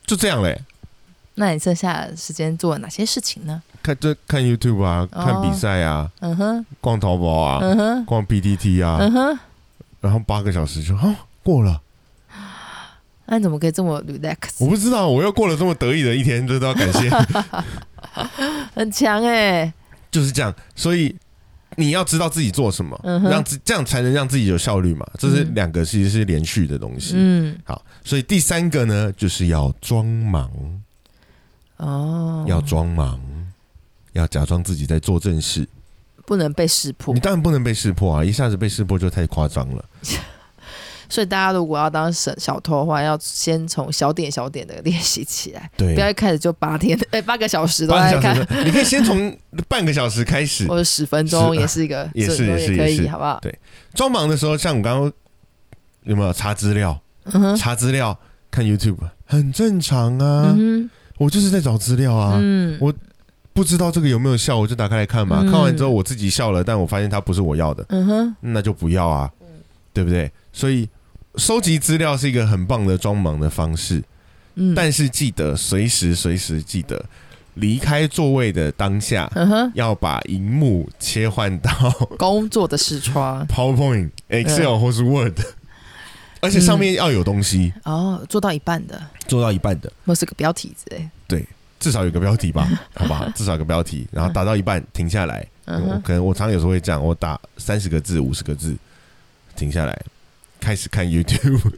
Speaker 1: 就这样嘞、
Speaker 3: 那你剩下的时间做哪些事情呢？
Speaker 1: 看这看 YouTube 啊，
Speaker 3: 哦
Speaker 1: 看比赛啊，
Speaker 3: 嗯哼，
Speaker 1: 逛淘宝啊，
Speaker 3: 嗯哼，
Speaker 1: 逛 PTT 啊，
Speaker 3: 嗯哼，
Speaker 1: 然后八个小时就哦过了，
Speaker 3: 那你怎么可以这么
Speaker 1: 我
Speaker 3: relax？
Speaker 1: 不知道，我又过了这么得意的一天，这都要感谢，
Speaker 3: 很强哎、
Speaker 1: 就是这样。所以你要知道自己做什么，
Speaker 3: 嗯哼
Speaker 1: 让自这样才能让自己有效率嘛。这是
Speaker 3: 嗯
Speaker 1: 两个其实是连续的东西。
Speaker 3: 嗯，
Speaker 1: 好，所以第三个呢，就是要装忙，
Speaker 3: 哦，
Speaker 1: 要装忙，要假装自己在做正事。
Speaker 3: 不能被识破
Speaker 1: 你。当然不能被识破啊，一下子被识破就太夸张了。
Speaker 3: 所以大家如果要当小小偷的话，要先从小点小点的练习起来，
Speaker 1: 对
Speaker 3: 不要一开始就八天， 哎、八个小时都
Speaker 1: 八
Speaker 3: 在
Speaker 1: 个小
Speaker 3: 看，
Speaker 1: 时，你可以先从半个小时开始
Speaker 3: 或。者十分
Speaker 1: 是啊
Speaker 3: 钟也是一个，
Speaker 1: 也是
Speaker 3: 10分钟
Speaker 1: 也是
Speaker 3: 可
Speaker 1: 也
Speaker 3: 以，
Speaker 1: 是
Speaker 3: 好不好？
Speaker 1: 装忙的时候，像我刚刚有没有查资料？
Speaker 3: 嗯哼，
Speaker 1: 查资料看 YouTube 很正常啊，
Speaker 3: 嗯
Speaker 1: 我就是在找资料啊。
Speaker 3: 哼，嗯，
Speaker 1: 我不知道这个有没有效，我就打开来看嘛。
Speaker 3: 嗯
Speaker 1: 看完之后我自己笑了，但我发现它不是我要的，
Speaker 3: 嗯哼，
Speaker 1: 那就不要啊，
Speaker 3: 嗯
Speaker 1: 对不对？所以收集资料是一个很棒的装忙的方式，
Speaker 3: 嗯，
Speaker 1: 但是记得随时随时记得离开座位的当 下，
Speaker 3: 嗯哼，
Speaker 1: 要把荧幕切换 到
Speaker 3: 工作的视窗
Speaker 1: PowerPoint、Excel 或是 Word，而且上面要有东西，
Speaker 3: 哦，做到一半的，
Speaker 1: 做到一半的。
Speaker 3: 或是个标题之欸类，
Speaker 1: 至少有个标题 吧，好不好？至少有个标题，然后打到一半停下来，
Speaker 3: 嗯
Speaker 1: 我
Speaker 3: 哼，
Speaker 1: 可能我常有时候会这样，我打三十个字、五十个字，停下来，开始看 YouTube，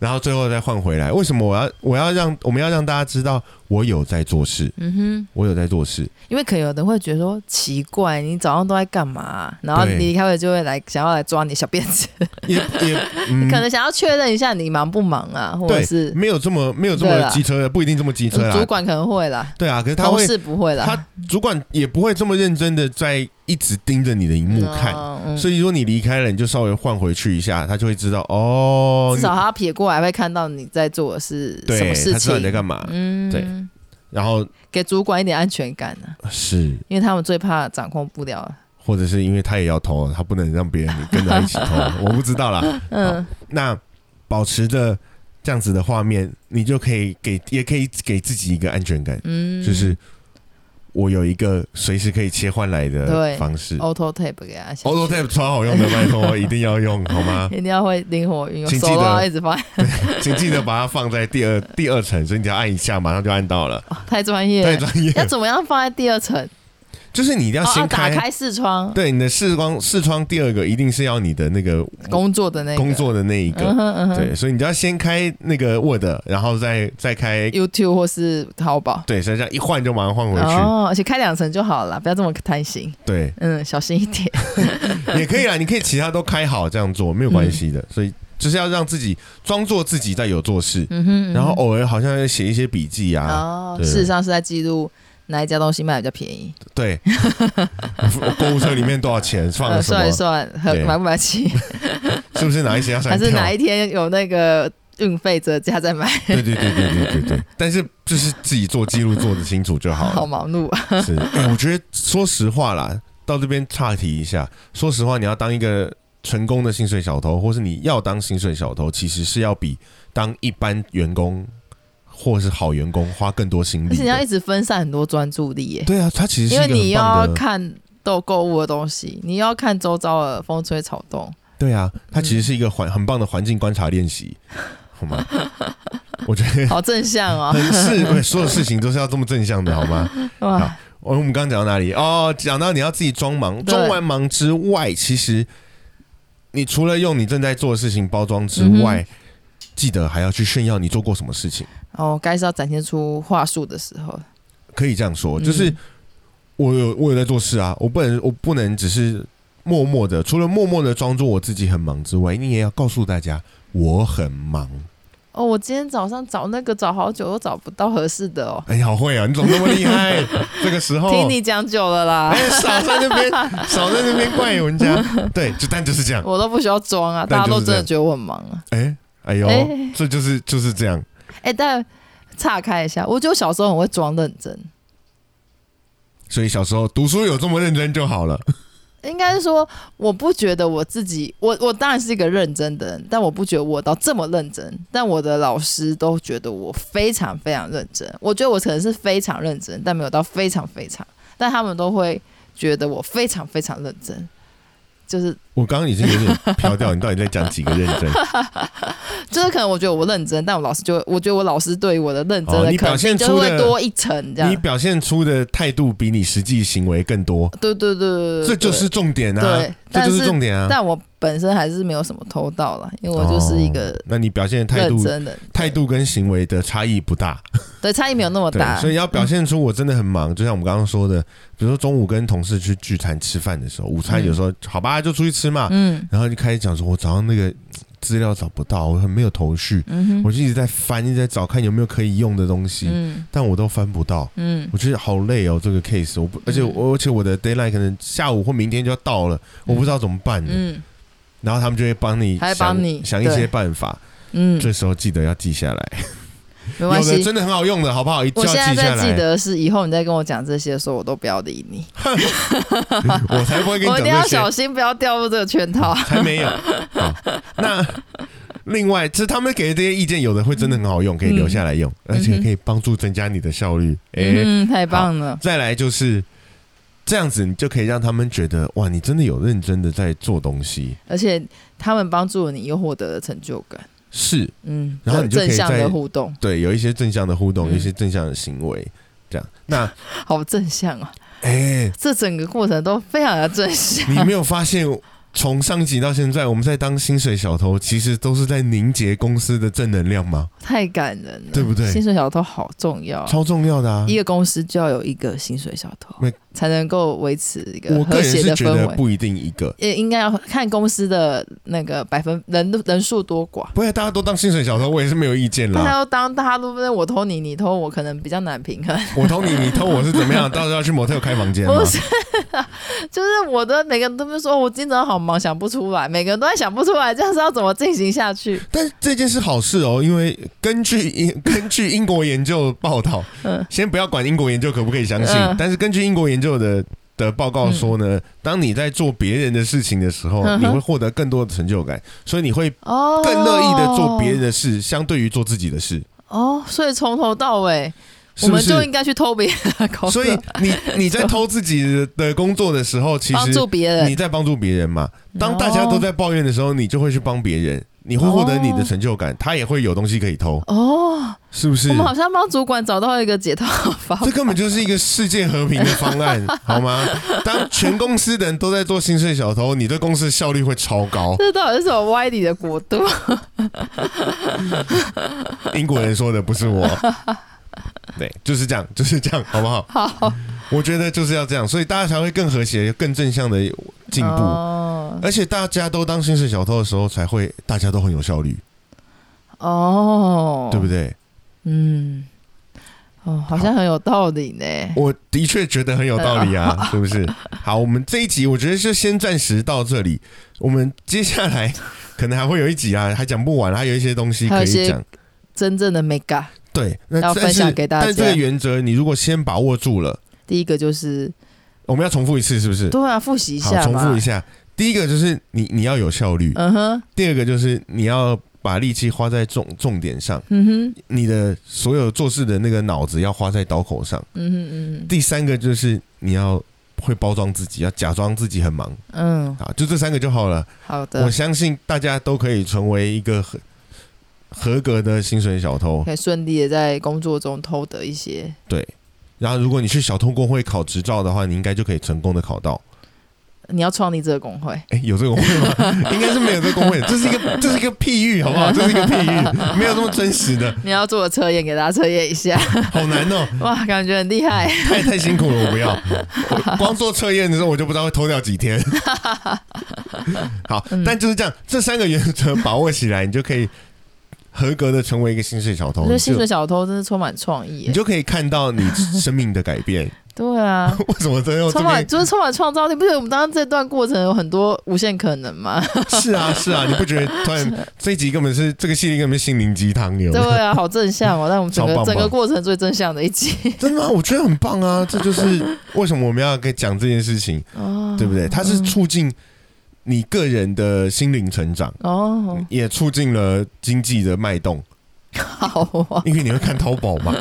Speaker 1: 然后最后再换回来。为什么我要我要让我们要让大家知道我有在做事，
Speaker 3: 嗯哼。
Speaker 1: 我有在做事，
Speaker 3: 因为可能有的人会觉得说奇怪，你早上都在干嘛、啊然后
Speaker 1: 对
Speaker 3: 你离开会就会来想要来抓你小辫子，
Speaker 1: 也也、嗯、
Speaker 3: 可能想要确认一下你忙不忙啊，或者
Speaker 1: 对，
Speaker 3: 是
Speaker 1: 没有这么没有这么
Speaker 3: 对啦
Speaker 1: 机车，不一定这么机车
Speaker 3: 主
Speaker 1: 啊。
Speaker 3: 管可能会啦，
Speaker 1: 对啊，可是他
Speaker 3: 同
Speaker 1: 会，
Speaker 3: 事不会啦，
Speaker 1: 他主管也不会这么认真的在一直盯着你的荧幕看。
Speaker 3: 嗯嗯
Speaker 1: 所以说你离开了，你就稍微换回去一下，他就会知道哦，
Speaker 3: 至
Speaker 1: 你
Speaker 3: 少他撇过来会看到你在做的是什么
Speaker 1: 对，
Speaker 3: 事
Speaker 1: 他知道
Speaker 3: 情
Speaker 1: 你在。干嘛。
Speaker 3: 嗯
Speaker 1: 对，然后
Speaker 3: 给主管一点安全感呢、
Speaker 1: 是，
Speaker 3: 因为他们最怕掌控不了啊。
Speaker 1: 或者是因为他也要偷，他不能让别人跟他一起 偷，我不知道啦。
Speaker 3: 嗯
Speaker 1: 好，那保持着这样子的画面，你就可以给，也可以给自己一个安全感，
Speaker 3: 嗯，
Speaker 1: 就是我有一个随时可以切换来的
Speaker 3: 对哦
Speaker 1: 方式。
Speaker 3: auto tape 给他下去
Speaker 1: Auto Tap 超好用的，拜托一定要用好吗？
Speaker 3: 一定要会灵活运用，
Speaker 1: 请
Speaker 3: 手
Speaker 1: 记得
Speaker 3: 都要一直放 在，
Speaker 1: 请记得把它放在第二第二层，所以你只要按一下，马上就按到了。
Speaker 3: 太专业
Speaker 1: 太
Speaker 3: 了。
Speaker 1: 专 业了，
Speaker 3: 要怎么样放在第二层？
Speaker 1: 就是你一定要
Speaker 3: 哦
Speaker 1: 先
Speaker 3: 哦打
Speaker 1: 开，
Speaker 3: 开视窗，
Speaker 1: 对你的视窗视窗第二个一定是要你的那个
Speaker 3: 工作的那个
Speaker 1: 工作的那一
Speaker 3: 嗯
Speaker 1: 个，
Speaker 3: 哼嗯哼
Speaker 1: 对，所以你就要先开那个 Word，然后再再开，
Speaker 3: YouTube 或是淘宝。
Speaker 1: 对，所以这样一换就马上换回去，
Speaker 3: 哦，而且开两层就好了，不要这么贪心。
Speaker 1: 对，
Speaker 3: 嗯，小心 一点。
Speaker 1: 也可以啦，你可以其他都开好这样做没有关
Speaker 3: 嗯
Speaker 1: 系的，所以就是要让自己装作自己在有做事，
Speaker 3: 嗯哼，嗯哼
Speaker 1: 然后偶尔好像要写一些笔记啊，
Speaker 3: 哦，
Speaker 1: 对
Speaker 3: 事实上是在记录哪一家东西卖得比较便宜，
Speaker 1: 对， 我购物车里面多少钱放
Speaker 3: 呃，
Speaker 1: 了什么
Speaker 3: 算一，算，很
Speaker 1: 对
Speaker 3: 买不 买起，
Speaker 1: 是不是哪一些要
Speaker 3: 还
Speaker 1: 删
Speaker 3: 是哪
Speaker 1: 掉？
Speaker 3: 一天有那个运费折价再买，
Speaker 1: 对对对对对对对，但是就是自己做记录做的清楚就好了。
Speaker 3: 好忙碌啊！
Speaker 1: 是，哎、我觉得说实话啦，到这边岔题一下，说实话，你要当一个成功的薪水小偷，或是你要当薪水小偷，其实是要比当一般员工或是好员工花更多心
Speaker 3: 而
Speaker 1: 力
Speaker 3: 且你要
Speaker 1: 的。
Speaker 3: 一直分散很多专注力耶，
Speaker 1: 对啊，他其实是一
Speaker 3: 因为
Speaker 1: 个
Speaker 3: 你
Speaker 1: 很
Speaker 3: 又要
Speaker 1: 棒的，
Speaker 3: 看到购物的东西，你又要看周遭的风吹草动，
Speaker 1: 对啊，他
Speaker 3: 嗯
Speaker 1: 其实是一个环很棒的环境观察练习，好吗？我觉得
Speaker 3: 好正向哦！
Speaker 1: 很是对所有事情都是要这么正向的，好吗？
Speaker 3: 哇，
Speaker 1: 哦，我们刚刚讲到哪里？哦，讲到你要自己装忙，
Speaker 3: 对
Speaker 1: 装完忙之外，其实你除了用你正在做的事情包装之
Speaker 3: 嗯
Speaker 1: 外，记得还要去炫耀你做过什么事情。
Speaker 3: 哦，该是要展现出话术的时候，
Speaker 1: 可以这样说，
Speaker 3: 嗯
Speaker 1: 就是我有我有在做事啊，我不能我不能只是默默的，除了默默的装作我自己很忙之外，你也要告诉大家我很忙。
Speaker 3: 哦，我今天早上找那个找好久都找不到合适的哦，
Speaker 1: 哎，你好会啊，你怎么那么厉 害？这个时候
Speaker 3: 听你讲久了啦，
Speaker 1: 哎，少在那边少在那边怪人家，对，就但就是这样。
Speaker 3: 我都不需要装啊，
Speaker 1: 但
Speaker 3: 大家
Speaker 1: 就
Speaker 3: 都
Speaker 1: 是
Speaker 3: 真
Speaker 1: 这样
Speaker 3: 的觉得我很忙啊。
Speaker 1: 哎、哎呦，
Speaker 3: 哎
Speaker 1: 这就是就是这样。
Speaker 3: 哎、但岔开一下，我觉得我小时候很会装认真，
Speaker 1: 所以小时候读书有这么认真就好了。
Speaker 3: 应该是说，我不觉得我自己，我我当然是一个认真的人，但我不觉得我到这么认真。但我的老师都觉得我非常非常认真，我觉得我可能是非常认真，但没有到非常非常，但他们都会觉得我非常非常认真，就是
Speaker 1: 我刚刚已经有点飘掉，你到底在讲几个认 真？
Speaker 3: 就是可能我觉得我认真，但我老师就会，我觉得我老师对于我的认真
Speaker 1: 哦
Speaker 3: 的
Speaker 1: 你
Speaker 3: 可
Speaker 1: 表
Speaker 3: 能
Speaker 1: 现
Speaker 3: 就
Speaker 1: 出
Speaker 3: 会
Speaker 1: 的
Speaker 3: 多一层这
Speaker 1: 你
Speaker 3: 样。
Speaker 1: 表现出的态度比你实际行为更多，
Speaker 3: 对对对对对，
Speaker 1: 这就
Speaker 3: 对
Speaker 1: 是重点啊
Speaker 3: 对！
Speaker 1: 这
Speaker 3: 但
Speaker 1: 就是
Speaker 3: 是
Speaker 1: 重点啊！
Speaker 3: 但我本身还是没有什么偷盗啦，因为我就是一个
Speaker 1: 哦那你表现的态
Speaker 3: 认
Speaker 1: 度、
Speaker 3: 真的，
Speaker 1: 态度跟行为的差异不大，
Speaker 3: 对差异没有那么
Speaker 1: 对
Speaker 3: 大，，嗯
Speaker 1: 所以要表现出我真的很忙，就像我们刚刚说的，比如说中午跟同事去聚餐吃饭的时候，午餐
Speaker 3: 嗯
Speaker 1: 有时候好吧就出去吃嘛，
Speaker 3: 嗯
Speaker 1: 然后就开始讲说我早上那个资料找不到，我很没有头绪，
Speaker 3: 嗯哼，
Speaker 1: 我就一直在翻，一直在找看有没有可以用的东西，
Speaker 3: 嗯
Speaker 1: 但我都翻不到。
Speaker 3: 嗯
Speaker 1: 我觉得好累哦，这个 case，我不，而且我而且我的 deadline 可能下午或明天就要到了，我不知道怎么办呢。
Speaker 3: 嗯
Speaker 1: 然后他们就会帮你
Speaker 3: 还会
Speaker 1: 想
Speaker 3: 帮你
Speaker 1: 想一些
Speaker 3: 对
Speaker 1: 办法，
Speaker 3: 嗯，
Speaker 1: 这时候记得要记下来，
Speaker 3: 没
Speaker 1: 有
Speaker 3: 关
Speaker 1: 的
Speaker 3: 系。
Speaker 1: 真的很好用的，好不好？一定
Speaker 3: 我
Speaker 1: 要
Speaker 3: 现在
Speaker 1: 记下
Speaker 3: 在记
Speaker 1: 来，
Speaker 3: 得是，以后你再跟我讲这些的时候，我都不要理你，
Speaker 1: 我才不会跟
Speaker 3: 我
Speaker 1: 你
Speaker 3: 一
Speaker 1: 讲
Speaker 3: 定要
Speaker 1: 这些
Speaker 3: 小，心不要掉入这个 圈套。
Speaker 1: 才没有。好那另外，其实他们给的这些意见，有的会真的很好用，可以留下来用，而且可以帮助增加你的效率。诶，
Speaker 3: 嗯，太棒了，
Speaker 1: 再来就是这样子，你就可以让他们觉得哇，你真的有认真的在做东西。
Speaker 3: 而且他们帮助你又获得了成就感，
Speaker 1: 是
Speaker 3: 嗯，
Speaker 1: 然后你就可以
Speaker 3: 正向
Speaker 1: 在
Speaker 3: 的互动，
Speaker 1: 对，有一些正向的互动，
Speaker 3: 嗯
Speaker 1: 有一些正向的行为，这 样。那
Speaker 3: 好正向啊！
Speaker 1: 哎、
Speaker 3: 这整个过程都非常的正向，
Speaker 1: 你没有发现，从上集到现在，我们在当薪水小偷，其实都是在凝结公司的正能量吗？
Speaker 3: 太感人了，
Speaker 1: 对不对
Speaker 3: 薪水小偷好重要啊，
Speaker 1: 超重要的啊！
Speaker 3: 一个公司就要有一个薪水小偷
Speaker 1: 没，
Speaker 3: 才能够维持一个
Speaker 1: 我个
Speaker 3: 和
Speaker 1: 人
Speaker 3: 谐
Speaker 1: 是
Speaker 3: 的
Speaker 1: 觉
Speaker 3: 氛
Speaker 1: 得
Speaker 3: 围。
Speaker 1: 不一定一个，
Speaker 3: 也应该要看公司的那个百分人人数多寡。
Speaker 1: 不然大家都当薪水小偷，我也是没有意见
Speaker 3: 大家
Speaker 1: 啦。
Speaker 3: 都当大家都不是我偷你，你偷我，可能比较难平衡。
Speaker 1: 我偷你，你偷我是怎么样？到时候要去模特开房间吗
Speaker 3: 不？是， 就是我的每个人都说，我今早好忙，想不出来，每个人都在想不出来，这样是要怎么进行下去？
Speaker 1: 但是这件事好事哦，因为根据英根据英国研究报道，
Speaker 3: 嗯
Speaker 1: 先不要管英国研究可不可以相信，
Speaker 3: 嗯
Speaker 1: 但是根据英国研究的的报告说呢，当你在做别人的事情的时候，
Speaker 3: 嗯哼
Speaker 1: 你会获得更多的成就感，所以你会
Speaker 3: 哦，
Speaker 1: 更乐意的做别人的事，相对于做自己的事，
Speaker 3: 哦，所以从头到尾，
Speaker 1: 是不
Speaker 3: 我们
Speaker 1: 是？
Speaker 3: 就应该去偷别人的工作，
Speaker 1: 所以你你在偷自己的工作的时候，其
Speaker 3: 帮助
Speaker 1: 实
Speaker 3: 别人
Speaker 1: 你。在帮助别人嘛。当大家都在抱怨的时候，你就会去帮别人，你会获得你的成就感，他也会有东西可以偷，
Speaker 3: 哦，
Speaker 1: 是不是
Speaker 3: 我？们好像帮主管找到一个解套方法
Speaker 1: 这。根本就是一个世界和平的方 案，好吗？当全公司的人都在做薪水小偷，你对公司的效率会超高。
Speaker 3: 这到底是什么歪理的国度？
Speaker 1: 英国人说的不是 我，对，就是这样，就是这样，好不好？
Speaker 3: 好，
Speaker 1: 我觉得就是要这样，所以大家才会更和谐、更正向的进步。
Speaker 3: 哦
Speaker 1: 而且大家都当薪水小偷的时候，才会大家都很有效率，
Speaker 3: 哦，
Speaker 1: 对不？对？
Speaker 3: 嗯，哦，好像很有道理呢。
Speaker 1: 我的确觉得很有道理啊，是不是？好，我们这一集我觉得就先暂时到这里，我们接下来 可能还会有一集啊，还讲不完，还有一些东西可
Speaker 3: 还有一
Speaker 1: 以
Speaker 3: 些
Speaker 1: 讲。
Speaker 3: 真正的 mega，
Speaker 1: 对，那但
Speaker 3: 要
Speaker 1: 是
Speaker 3: 分享给大家
Speaker 1: 但这个原则，你如果先把握住了，
Speaker 3: 第一个就是
Speaker 1: 我们要重复一次，是不是？
Speaker 3: 对啊，复习一
Speaker 1: 好，
Speaker 3: 下
Speaker 1: 重
Speaker 3: 嘛。
Speaker 1: 复一下。第一个就是你你要有效率，
Speaker 3: 嗯哼，
Speaker 1: 第二个就是你要把力气花在重重点上，
Speaker 3: 嗯哼，
Speaker 1: 你的所有做事的那个脑子要花在刀口上。
Speaker 3: 嗯哼，嗯哼，
Speaker 1: 第三个就是你要会包装自己，要假装自己很忙
Speaker 3: 嗯，
Speaker 1: 啊，就这三个就好了。
Speaker 3: 好的
Speaker 1: 我，相信大家都可以成为一个合合格的薪水小偷。
Speaker 3: 可以顺利的在工作中偷得一些。
Speaker 1: 然后，如果你去小偷工会考执照的话，你应该就可以成功的考到。
Speaker 3: 你要创立这个工会，
Speaker 1: 哎，有这个工会吗？应该是没有这个工会，这是一个这是一个譬喻，好不好？这是一个譬喻，没有那么真实的，
Speaker 3: 你要做个测验，给大家测验一下。
Speaker 1: 好难哦，
Speaker 3: 哇，感觉很厉害。
Speaker 1: 太太辛苦了，我不要。我光做测验的时候，我就不知道会偷掉几 天。
Speaker 3: 嗯
Speaker 1: 好，但就是这样，这三个原则把握起来，你就可以合格的成为一个薪水小
Speaker 3: 我
Speaker 1: 偷，
Speaker 3: 觉
Speaker 1: 你
Speaker 3: 得薪水
Speaker 1: 就
Speaker 3: 小偷真是充满创意
Speaker 1: 你
Speaker 3: 耶，
Speaker 1: 就可以看到你生命的改 变。
Speaker 3: 对 啊，
Speaker 1: 为什么真的用这
Speaker 3: 充满
Speaker 1: 边？
Speaker 3: 就是充满创造力。不觉得我们刚刚这段过程有很多无限可能吗？
Speaker 1: 是啊，是啊，你不觉得突然这一集根本是这个系列根本是心灵鸡汤，有没
Speaker 3: 对
Speaker 1: 有？
Speaker 3: 啊，好正向哦！但我们整个
Speaker 1: 超棒棒
Speaker 3: 整个过程最正向的一集
Speaker 1: 真的吗？我觉得很棒啊，这就是为什么我们要跟讲这件事情，
Speaker 3: 哦，
Speaker 1: 对不对？它是
Speaker 3: 嗯
Speaker 1: 促进你个人的心灵成长。
Speaker 3: 哦，
Speaker 1: 也促进了经济的脉动，
Speaker 3: 好啊，
Speaker 1: 因为你会看淘宝嘛，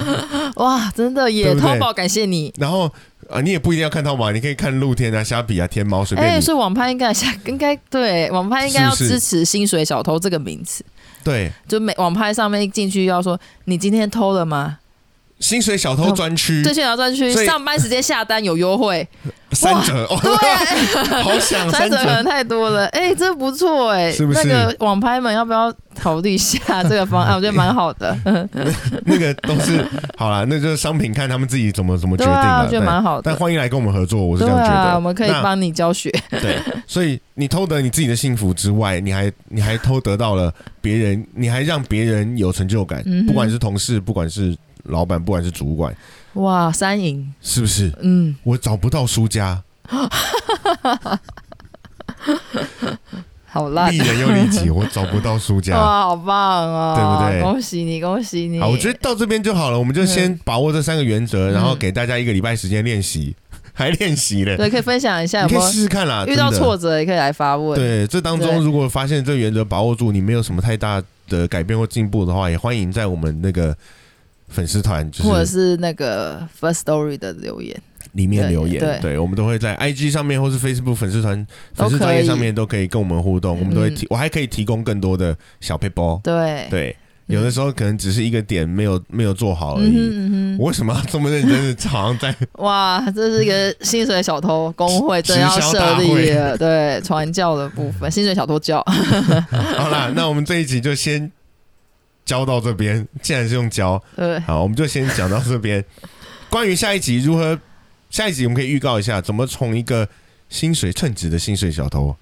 Speaker 3: 哇，真的耶！
Speaker 1: 对不对
Speaker 3: 淘宝感谢你，
Speaker 1: 然后啊、你也不一定要看淘宝，你可以看露天啊、虾比啊、天猫，随便
Speaker 3: 哎、
Speaker 1: 你。
Speaker 3: 所以网拍应该下应该对网拍应该要
Speaker 1: 是不是
Speaker 3: 支持“薪水小偷”这个名词，
Speaker 1: 对，
Speaker 3: 就每网拍上面一进去要说你今天偷了吗？
Speaker 1: 薪水小偷专区
Speaker 3: 对，现在专区
Speaker 1: 嗯所以
Speaker 3: 上班时间下单有优惠，
Speaker 1: 三折哦， 好想三
Speaker 3: 三折可能
Speaker 1: 嗯折。
Speaker 3: 太多了，哎、这不错哎、
Speaker 1: 是不是
Speaker 3: 那个网拍们要不要考虑一下这个 方案？我觉得蛮好的，
Speaker 1: 那个都是好啦，那就是商品看他们自己怎么怎么决
Speaker 3: 对
Speaker 1: 定
Speaker 3: 啊，
Speaker 1: 了。
Speaker 3: 我觉得
Speaker 1: 对
Speaker 3: 蛮好
Speaker 1: 但
Speaker 3: 的。
Speaker 1: 欢迎来跟我们合作，我是
Speaker 3: 对
Speaker 1: 这样觉得。
Speaker 3: 啊，我们可以
Speaker 1: 那
Speaker 3: 帮你教学，
Speaker 1: 对，所以你偷得你自己的幸福之外，你还你还偷得到了别人，你还让别人有成就感，
Speaker 3: 嗯哼
Speaker 1: 不管是同事，不管是老板，不管是主管，
Speaker 3: 哇，三赢，
Speaker 1: 是不是？
Speaker 3: 嗯，
Speaker 1: 我找不到输家，
Speaker 3: 好烂
Speaker 1: 利，人又利 己，我找不到输家。
Speaker 3: 哇，好棒哦，
Speaker 1: 对不对
Speaker 3: 恭喜你，恭喜你。嗯
Speaker 1: 好，我觉得到这边就好了，我们就先把握这三个原则，然后给大家一个礼拜时间练习，还练习嘞，
Speaker 3: 对，可以分享一下有
Speaker 1: 你可
Speaker 3: 没
Speaker 1: 以
Speaker 3: 有
Speaker 1: 试试看啦。
Speaker 3: 遇到
Speaker 1: 真的
Speaker 3: 挫折也可以来发问。
Speaker 1: 对，这当
Speaker 3: 对
Speaker 1: 中如果发现这个原则把握住，你没有什么太大的改变或进步的话，也欢迎在我们那个粉丝团就
Speaker 3: 或者
Speaker 1: 是
Speaker 3: 是那个 First Story 的留言，
Speaker 1: 里面留言，
Speaker 3: 对对
Speaker 1: 我们都会在 IG 上面或是 Facebook 粉丝团
Speaker 3: 都
Speaker 1: 粉丝专
Speaker 3: 可
Speaker 1: 业
Speaker 3: 以嗯
Speaker 1: 上面都可以跟我们互动，我们都会提，我还可以提供更多的小配包，
Speaker 3: 对，
Speaker 1: 对。有的时候可能只是一个点没有没有做好而
Speaker 3: 嗯
Speaker 1: 已，
Speaker 3: 哼嗯
Speaker 1: 我为什么要这么认真的好像在
Speaker 3: 哼，哇，这是一个薪水小偷工会 真要设立了，对，传教的部分，薪水小偷教，
Speaker 1: 好啦，那我们这一集就先教到这边，既然是用教，
Speaker 3: 对，
Speaker 1: 好，我们就先讲到这边。关于下一集如何，下一集我们可以预告一下，怎么从一个薪水称职的薪水小偷，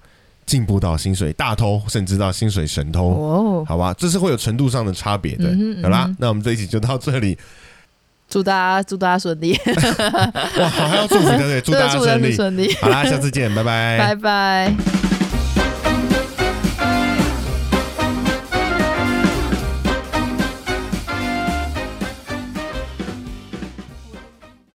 Speaker 1: 进步到薪水大偷，甚至到薪水神偷，
Speaker 3: 哦，
Speaker 1: 好吧？这是会有程度上的差别的
Speaker 3: 嗯哼嗯哼。
Speaker 1: 好啦，那我们这一集就到这里。
Speaker 3: 祝大家祝大家顺利，
Speaker 1: 哇，好，还要祝福对不对？祝大
Speaker 3: 对，
Speaker 1: 家
Speaker 3: 祝大
Speaker 1: 顺利。
Speaker 3: 家
Speaker 1: 哎
Speaker 3: 顺利，
Speaker 1: 好啦，下次见，拜拜
Speaker 3: 拜拜。